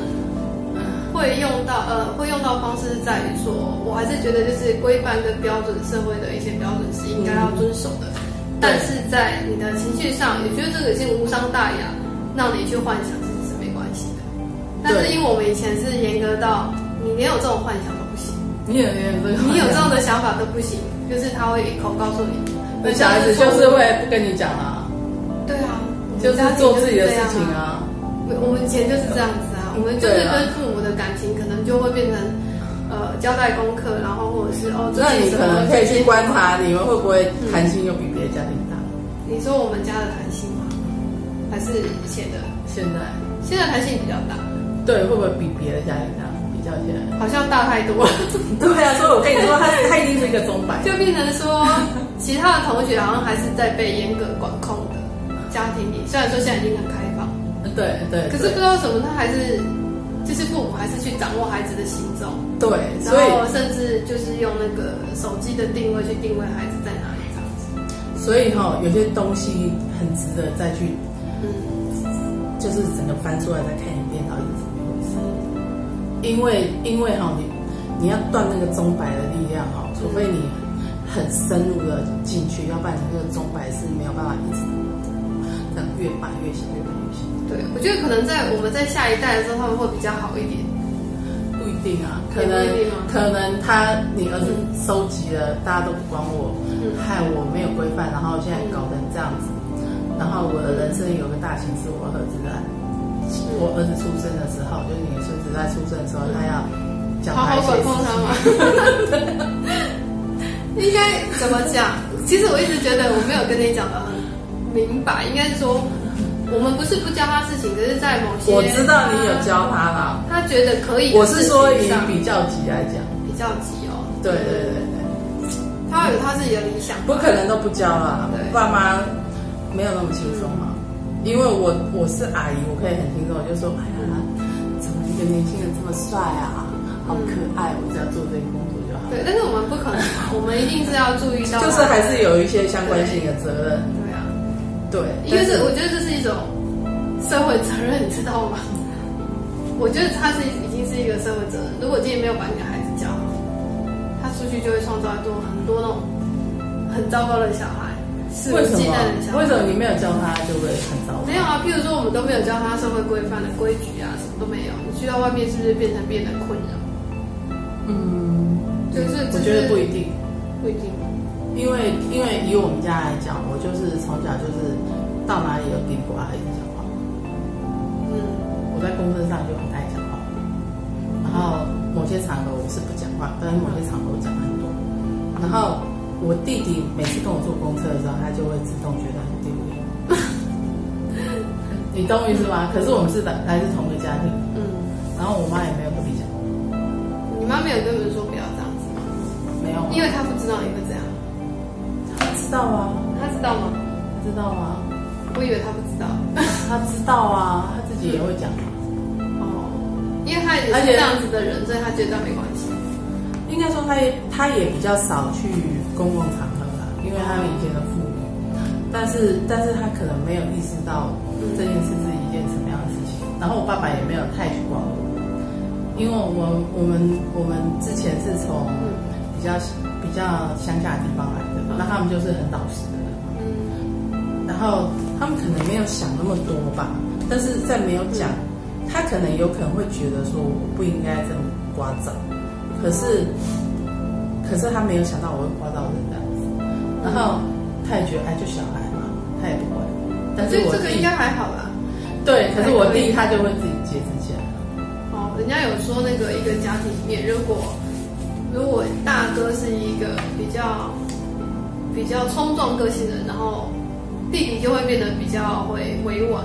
嗯会用到呃会用到方式是在于说，我还是觉得就是规范跟标准社会的一些标准是应该要遵守的，
嗯
但是在你的情绪上，也觉得这个已经无伤大雅，让你去幻想是是没关系的。但是
对
因为我们以前是严格到你连有这种幻想都不 行，
你有嗯你有这个，
你有这样的想法都不行，就是他会一口告诉你，
那小孩子就是会不跟你讲啊，
对啊，
就是做自己的事情
我们家庭就是这样
啊。
啊。我我们以前就是这样子啊，我们就是
对啊
跟父母的感情可能就会变成呃交代功课，然后或者是哦，这
那
是
你
什
可
么
能可以去观。察，你们会不会弹性又比别的家庭大？
你说我们家的弹性吗？还是以前的？
现在
现在弹性比较大，
对，会不会比别的家庭大？比较起来，
好像大太多了，
对啊，所以我跟你说，他他一定是一个钟摆。
就变成说其他的同学好像还是在被严格管控的家庭里。虽然说现在已经很开放，
对对，
可是不知道为什么他还是就是父母还是去掌握孩子的行踪。
对，
然
所以
后甚至就是用那个手机的定位去定位孩子在哪里这样子。
所以哈、有些东西很值得再去
嗯，
就是整个翻出来再看一遍到底是怎么回事。因为因为哈、你你要断那个钟摆的力量哈、除非你很深入的进去，要不然你那个钟摆是没有办法一直这样越摆越小，越摆越小。
对，我觉得可能在我们在下一代的时候，他们会比较好一点。
不一定啊，可
也不
能
一定吗
可能他你儿子收集了，大家都不管我，
嗯
害我没有规范，然后现在搞成这样子，然后我的人生有个大型是我儿子来，我儿子出生的时候，就是你的孙子在出生的时候，他要讲
好
他一
嗯好
些
管
事
控他
情，
吗？应该怎么讲？其实我一直觉得我没有跟你讲的很明白，应该是说我们不是不教他事情，可是在某 些
我知道你有教他 啦，
他觉得可以的
我是说
事
以
情上
比较级来讲，
比较急哦，
对对对对，
他有他自己的理想。
不可能都不教啦
对，
爸妈没有那么轻松嘛。因为我我是阿姨，我可以很轻松，我就说，哎呀，怎么一个年轻人这么帅啊，
嗯
好可爱，我只要做这个工作就好。
对，但是我们不 可能，我们一定是要注意到
就
他，
是还是有一些相关性的责任，
对啊。
对。
因
但
为这，我觉得这是一种社会责任，你知道吗？我觉得他是已经是一个社会责任。如果今天没有把你的孩子教好，他出去就会创造多很多那种很糟糕的小孩，肆无
为什
忌
么
惮的小孩。
为什么你没有教他就会很糟糕？
没有啊，譬如说我们都没有教他社会规范的规矩啊，什么都没有。你去到外面是不是变成别人的困扰？
嗯，
就是
我觉得不一定，
不一定。
因为因为以我们家来讲，我就是从小就是到哪里有地步阿姨讲话，
嗯
我在公车上就很爱讲话，然后某些场合我是不讲话，但是某些场合我讲很多。然后我弟弟每次跟我坐公车的时候，他就会自动觉得很丢脸，你懂我意思吗？可是我们是来来自同一个家庭，
嗯，
然后我妈也没有特别讲，
你妈没有跟你们说不要这样子吗？
没有啊，
因为她不知道你会这样，
他知道啊，
她知道吗？
他知道啊，
我以为她不知道。
他知道啊，他自己也会讲啊。
哦，因因为他也
而
是
且
这样子的人，所以他觉得没关系。
应该说他也他也比较少去公共场合啦，因为他们以前的妇女，但是但是他可能没有意识到这件事是一件什么样的事情。然后我爸爸也没有太去管我，因为我们我们我们之前是从比较比较乡下的地方来的，那他们就是很老实的人，
嗯，
然后他们可能没有想那么多吧，但是在没有讲，
嗯
他可能有可能会觉得说我不应该这么刮噪，可是，可是他没有想到我会刮到人这样子，然后他也觉得哎就小孩嘛，他也不会，但是
这
我
这个
弟
应该还好啦。
对，可是
还
我
可以
弟他就会自己节制起来，
哦，人家有说那个一个家庭里面，如果如果大哥是一个比较比较冲撞个性的人，然后弟弟就会变得比较会委婉。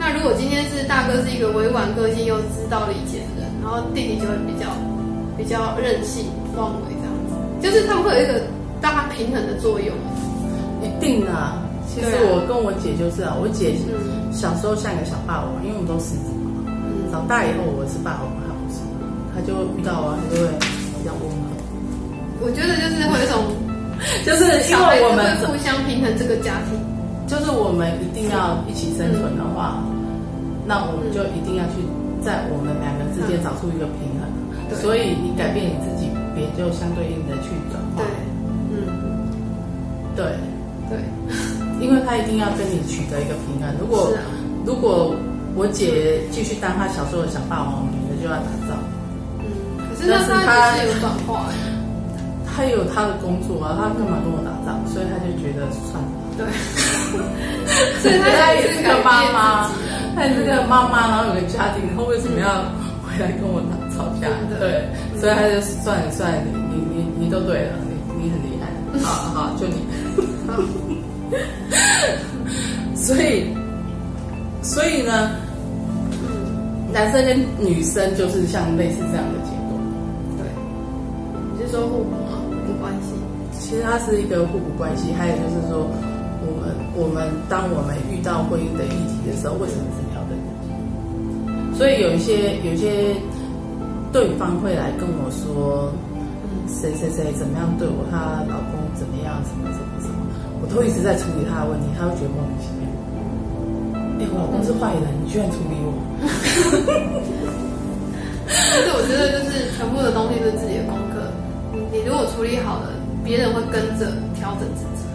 那如果今天是大哥是一个委婉个性又知道理解的人，然后弟弟就会比较比较任性妄为这样子，就是他们会有一个让他平衡的作用。
一定啊。其实
对啊
我跟我姐就是啊，我姐
嗯
小时候像个小霸王，因为我们都狮子嘛。
嗯，
长大以后我是霸王，他不是，他就会遇到我，他就会比较温和。
我觉得就是会有一种
就是因
小孩
为我
子
们
会互相平衡这个家庭。
就是我们一定要一起生存的话，那我们就一定要去在我们两个之间找出一个平衡。
对
所以你改变你自己，也就相对应的去转化
对。，嗯，
对，
对，
因为他一定要跟你取得一个平衡。如果
是啊。
如果我姐继续当她小时候的小霸王，女的就要打造。
嗯，可是那他也是有转化的，
她有她的工作啊，她干嘛跟我打仗？所以她就觉得算了。
对，所以他
她
也
也
是
是
改
个
变
妈妈
自己，
她也是个妈妈，然后有个家庭，她为什么要回来跟我打吵架？
真的
对，所以她就算了算了，你你你你都对了，你你很厉害，好好就你。 所以，所以呢，
嗯，
男生跟女生就是像类似这样的结构，
对，你是说互补吗？互补关系，
其实它是一个互补关系。还有就是说，我们我们当我们遇到婚姻的议题的时候，为什么是聊的？所以有一些有一些对方会来跟我说，
嗯，
谁谁谁怎么样对我，她老公怎么样，什么什么什么，我都一直在处理她的问题，她会觉得莫名其妙。哎、我老公是坏人，你居然处理我，
但是我觉得就是全部的东西都是自己的功课，你你如果处理好了，别人会跟着调整自己，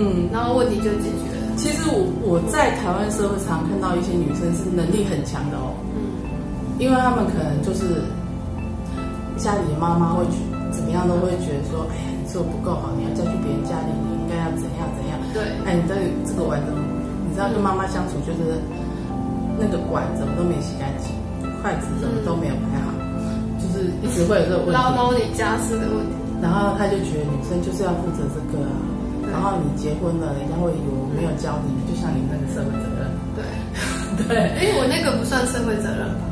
嗯。
然后问题就解决了，
其实我我在台湾社会常看到一些女生是能力很强的哦，
嗯，
因为她们可能就是家里的妈妈会去怎么样都会觉得说，哎呀，你做不够好，你要嫁去别人家里，你应该要怎样怎样。
对，
哎，你这个这个碗怎么？你知道跟妈妈相处就是那个碗怎么都没洗干净，筷子怎么都没有摆好，就是一直会有这个问
唠
题。
叨你家事的问题，
然后她就觉得女生就是要负责这个啊，
对
然后你结婚了，人家会以为我没有教你，就像你那个社会责任。
对，
对，
哎，我那个不算社会责任吧。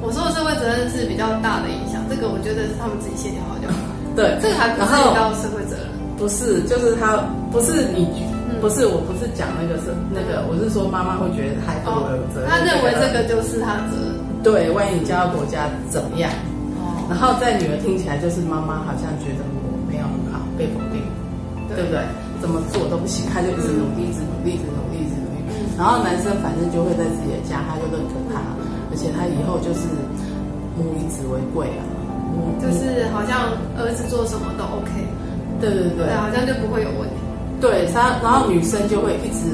我说的社会责任是比较大的影响，这个我觉得是他们自己协调好就好了。
对，
这个还不
然
是
后
到社会责任，
不是，就是他不是你，
嗯
不是我不是讲那个是那个，我是说妈妈会觉得孩子我有责任，
哦他认为这个就是他的责任。
对，万一你嫁到国家怎么样？
哦，
然后在女儿听起来就是妈妈好像觉得我没有很好，被否定，对不对？怎么做都不行，他就一直努力，一直努力，一直努力，一直努
嗯
力。然后男生反正就会在自己的家，他就认可他，而且他以后就是母以子为贵啊，母
就是好像儿子做什么都 OK，
对对对
对，啊好像就不会有问题。
对，她然后女生就会一直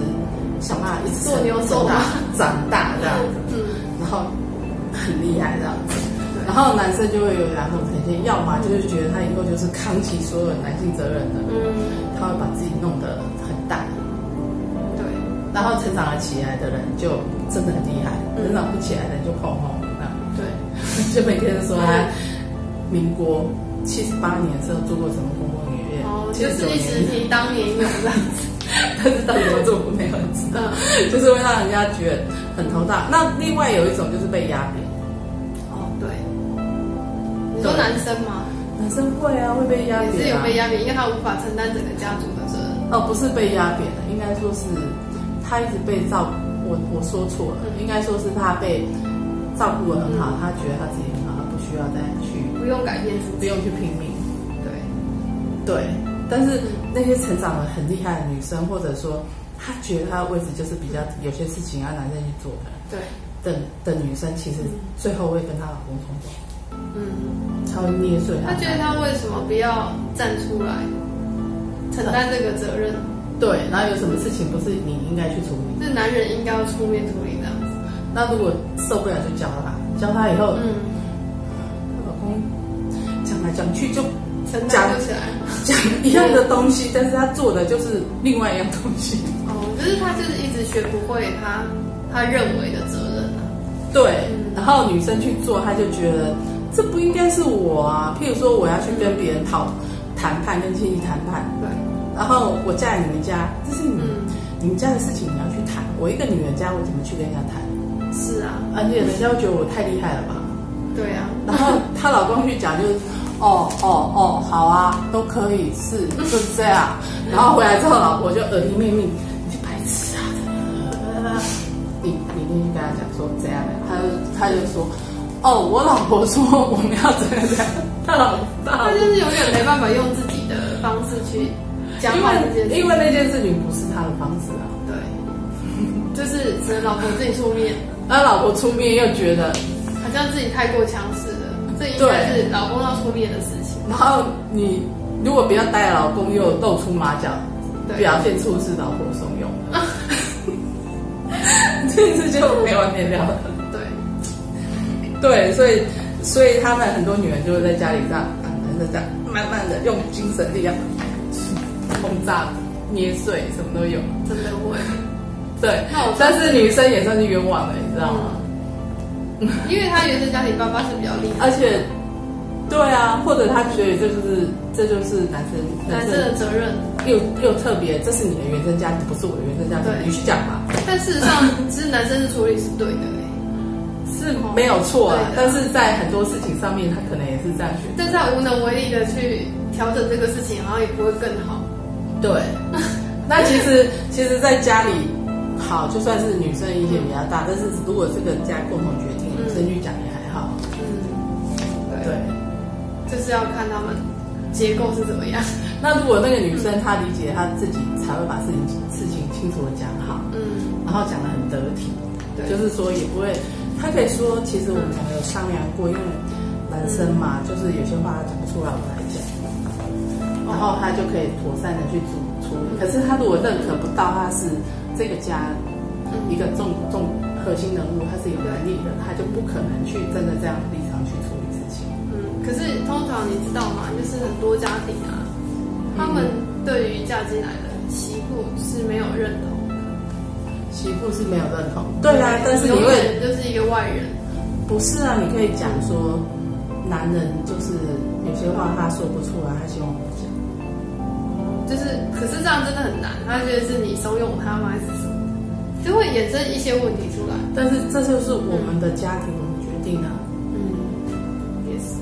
想办法一直
做牛做马
长大这样子，
嗯，
然后很厉害这样子。然后男生就会有两种呈现，要么就是觉得他以后就是扛起所有男性责任的，
嗯，
他会把自己弄得很大，
对，
然后成长了起来的人就真的很厉害，
嗯
成长不起来的人就碰碰那样，
对，
就每个人说他民国七十八年的时候做过什么公共女院
哦，，
七
就
十
是
九
一
年
时提当年勇这样子。嗯
但是到底有做没有人知道， 就是会让人家觉得很头大。那另外有一种就是被压扁，
哦，对。你说男生吗？
男生会啊，会被压
也是
扁、
有
啊。
被压扁，因为他无法承担整个家族的责任。
哦，不是被压扁的，应该
嗯
说是他一直被照。我我说错了，应该说是他被照顾得很好，他觉得他自己很好，他不需要再去
不用改变自
不
己，
用去拼命。
对，
对，但是那些成长的很厉害的女生，或者说她觉得她的位置就是比较有些事情让男生去做的
对，
的的女生，其实最后会跟她老公冲突，
嗯，
她会捏碎她
他
的
觉得他为什么不要站出来承担
啊
这个责任？
对，然后有什么事情不是你应该去处理，
这男人应该要出面处理的，
那如果受不了就教她，教她以后，
嗯，
老公讲来讲去就
承担
讲
不起来。
讲一样的东西，但是他做的就是另外一样东西。
哦，就是他就是一直学不会他他认为的责任啊。
对
嗯，
然后女生去做，她就觉得这不应该是我啊。譬如说，我要去跟别人讨谈判，跟亲戚谈判，
对，
然后我嫁你们家，这是你们、
嗯，
你们家的事情，你要去谈。我一个女人家，我怎么去跟人家谈？
是啊，
而且人家会觉得我太厉害了吧？
对啊，
然后她老公去讲就是。哦哦哦，好啊，都可以是就是这样。然后回来之后，老婆就耳提面命：“你是白痴啊！”你你一定跟他讲说怎样的，他就他就说：“哦，我老婆说我们要怎样怎样。”他老
他
他
就是永远没办法用自己的方式去讲
因
好这件
为
事
因。为那件事情不是他的方式啊，
对，就是只能老婆自己出面，
而老婆出面又觉得，
好像自己太过强势了，这应该是老公要出面的事情。
然后你如果不要带老公又露出马脚，
对，
表现出是老婆怂恿的， 这次就没完没了了。
对，
对，所以所以他们很多女人就会在家里这样，啊男生这样，慢慢的用精神力量轰炸、捏碎，什么都有。
真的会。
对
那我，
但是女生也算是冤枉的，你知道吗？
嗯，因为他原生家庭爸爸是比较厉
而
害，
且，对啊，或者他觉得这就是这就是男生
男生的责任。
又又特别，这是你的原生家庭，不是我的原生家庭，你
对
去讲吧，
但事实上，其实男生是处理是对的、欸，
是没有错啊。
对的
但是在很多事情上面，他可能也是这样选择。
但是他无能为力的去调整这个事情，然后也不会更好。
对， 那其实其实，在家里，好，就算是女生意见比较大，但是如果这个家共同决定，
嗯
女生去讲也还好。
嗯，
对，
就是要看他们结构是怎么样。
那如果那个女生她理解她自己，才会把事情事情清楚的讲好，
嗯，
然后讲的很得体，
对，
就是说也不会，她可以说，其实我们两个有商量过，因为男生嘛，就是有些话她讲不出来，我来讲。然后他就可以妥善的去主处理。可是他如果认可不到他是这个家一个重重核心人物，他是有能力的，他就不可能去站在这样的立场去处理事情。
嗯，可是通常你知道吗？就是很多家庭啊，
嗯
他们对于嫁进来的媳妇是没有认同的。
媳妇是没有认同，对啊，但是你
永
会
远就是一个外人。
不是啊？你可以讲说，男人就是有些话他说不出来，他希望我讲。
就是，可是这样真的很难。他觉得是你怂恿他吗，还是什么？就会衍生一些问题出来。
但是这就是我们的家庭，我们决定啊。
嗯，也是。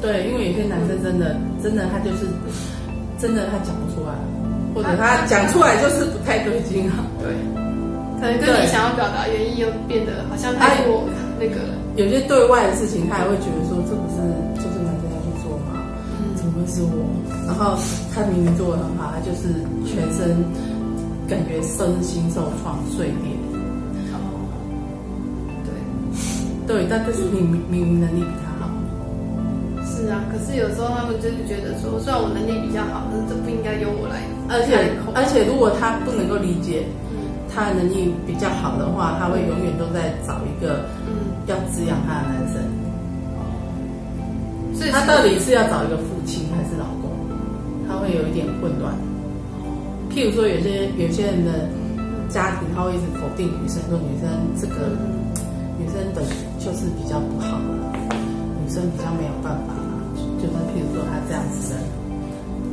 对，因为有些男生真的真的他就是真的他讲不出来，或者他讲出来就是不太对劲啊。
对，可能跟
对
你想要表达原因又变得好像太过那个了。
有些对外的事情，他也会觉得说这不是就是男生要去做吗？怎么会是我？然后他明明做的很好，他就是全身感觉身心受创碎裂。
哦，对，
对，但但是你明明明能力比他好，
是啊。可是有时候他们就是觉得说，虽然我能力比较好，但是这不应该由我来
而且
开口
而且如果他不能够理解
嗯
他能力比较好的话，他会永远都在找一个
嗯，
要滋养他的男生。
所以
他
是
到底是要找一个父亲还是老公？他会有一点混乱。譬如说，有些有些人的嗯家庭，他会一直否定女生，说女生这个
嗯
女生本就是比较不好啊，女生比较没有办法啊。就是譬如说，她这样子的，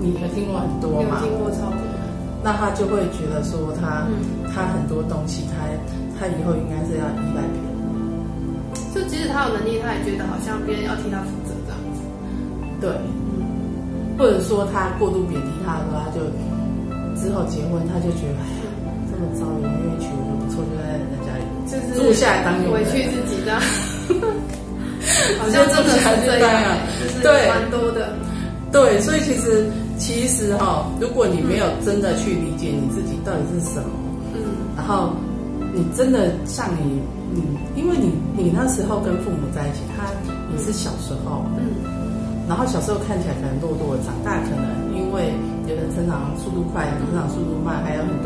你有听过很多
有
嘛？
经过超过，
那他就会觉得说他，
嗯
他很多东西他，他以后应该是要依赖别人。
就即使他有能力，他也觉得好像别人要替他负责这样子。嗯
对，或者说他过度贬低他的时候，他就之后结婚，他就觉得哎呀，这么糟，有人愿意娶我就不错，就在人家家里
就是
住下来当佣人
委屈自己这样。
好像
真的是
还这
这样
样。，
就是
对
蛮多的。
对，所以其实其实哈、如果你没有真的去理解你自己到底是什么，
嗯
然后你真的像你你，因为你你那时候跟父母在一起，他你是小时候，
嗯
然后小时候看起来可能弱弱的，长大可能因为有的成长速度快，有的成长速度慢，还有很多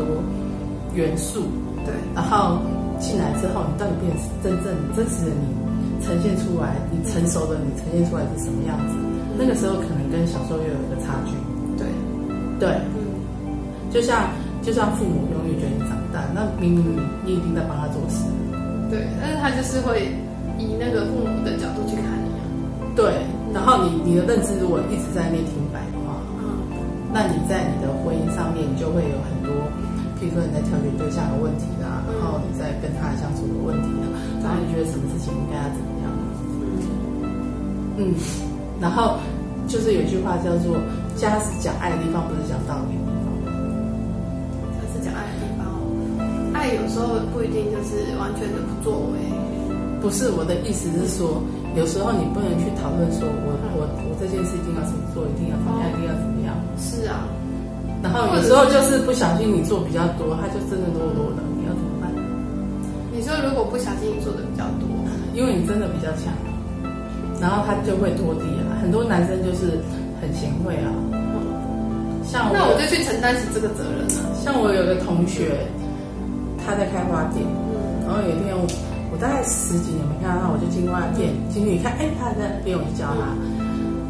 元素，
对，
然后进来之后，你到底变成真正真实的你呈现出来，你成熟的你呈现出来是什么样子？那个时候可能跟小时候又有一个差距。
对，
对，
嗯
就像就像父母永远觉得你长大，那明明你已经在帮他做事。
对，但是他就是会以那个父母的角度去看你啊。
对，然后你你的认知如果一直在那边停摆的话，
嗯
那你在你的婚姻上面，你就会有很多，譬如说你在挑选对象的问题啦，然后你在跟他的相处的问题啦，然后你觉得什么事情应该要怎么样，
嗯
嗯，然后就是有一句话叫做“家是讲爱的地方，不是讲道理的地方
这是讲爱的地方哦，爱有时候不一定就是完全的不作为。”。
不是我的意思是说，有时候你不能去讨论说我我我这件事一定要怎么做，一定要怎么样，一定要怎么样。
是啊，
然后有时候就是不小心你做比较多，他就真的落落了，你要怎么办？
你说如果不小心你做的比较多，
因为你真的比较强，然后他就会拖地啊。很多男生就是很贤惠啊，
嗯
像
那
我
我就去承担起这个责任了。
像我有个同学，他在开花店，
嗯
然后有一天我我大概十几年没看到他，我就经过他店进去一看，哎，他还在那边，我就叫他，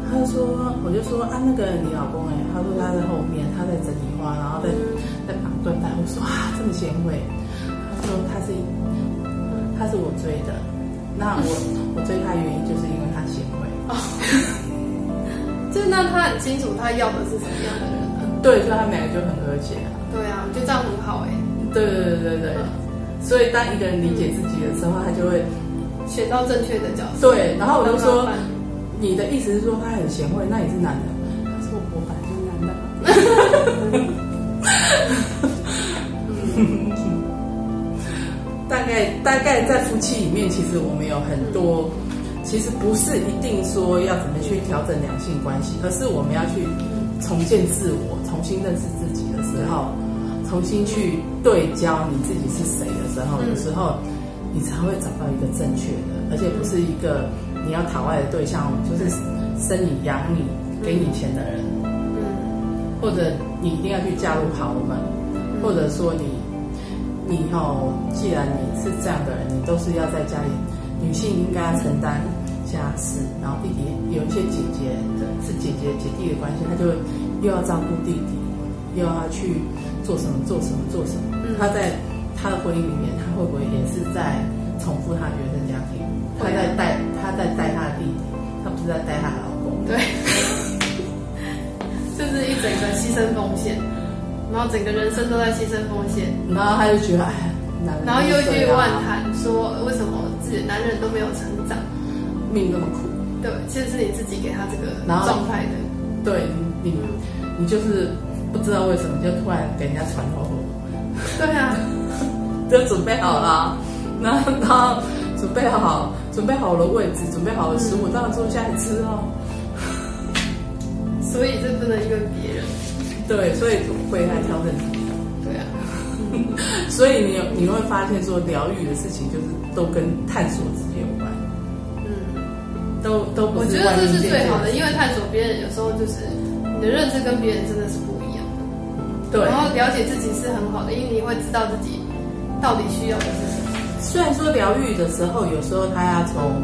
他就说，我就说啊，那个你老公哎、他说他在后面，他在整理花，然后在
嗯
在绑缎带，我说啊，这么贤惠，他说他是他是我追的，那我我追他的原因就是因为他贤惠，
就是让他很清楚他要的是什么样的人啊。
对，所以他们两个就很和谐啊，
对啊，我觉得这样很好哎、
对对对对对，
嗯
所以当一个人理解自己的时候，他就会
选到正确的角色。
对，然后我就
当老
说
板。
你的意思是说他很贤惠，那你是男的？他说我本来就是男的。大概 大概在夫妻里面，其实我们有很多，其实不是一定说要怎么去调整两性关系，而是我们要去重建自我，重新认识自己的时候，重新去对焦你自己是谁的时候，
嗯
有时候你才会找到一个正确的，而且不是一个你要讨爱的对象，就是生你养你给你钱的人，
嗯
或者你一定要去嫁入豪门，或者说你你哦，既然你是这样的人，你都是要在家里，女性应该要承担家事，然后弟弟有一些姐姐是姐姐姐弟的关系，他就又要照顾弟弟，又要去做什么做什么做什么
嗯，
他在他的婚姻里面，他会不会也是在重复他的原生家庭？他
会啊
在带他在带他的弟弟，他不是在带他的老公。
对， 就是一整个牺牲奉献，然后整个人生都在牺牲奉献，
然后他就觉得，哎，男人
然后又
就是
去
这样
万
啊
谈说为什么自己的男人都没有成长？
命那么苦，
对，其实是你自己给他这个
然后
状态的。
对你你你就是不知道为什么就突然给人家传头
对啊，
就准备好 了，然后然后准备好准备好了位置，准备好了
嗯
食物，当然坐下来吃哦。
所以这不能怨别人。
对，所以回来调整 自己。
对啊，
所以你有你会发现说，疗愈的事情就是都跟探索自己有关，
嗯，
都都不
我觉
是
得
外
这
面
是
见
最好
见
的，因为探索别人有时候就是你的认知跟别人真的是不一样的。
对。
然后了解自己是很好的，因为你会知道自己到底需要的是什么。
虽然说疗愈的时候，有时候他要从，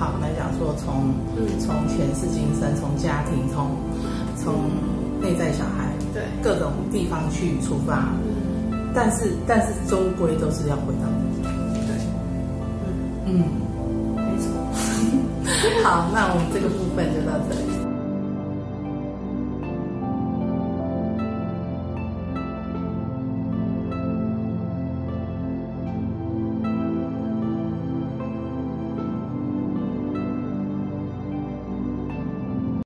好我们来讲说从，
嗯
从前世今生，从家庭，从从内在小孩
对，
各种地方去出发，
嗯，
但是但是终归都是要回到自己。
对，嗯，
嗯，
没错。
好，那我们这个部分就到这里。